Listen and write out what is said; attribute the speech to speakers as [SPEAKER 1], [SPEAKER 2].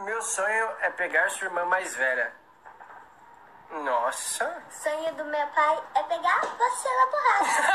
[SPEAKER 1] Meu sonho é pegar sua irmã mais velha. Nossa.
[SPEAKER 2] Sonho do meu pai é pegar você na borracha.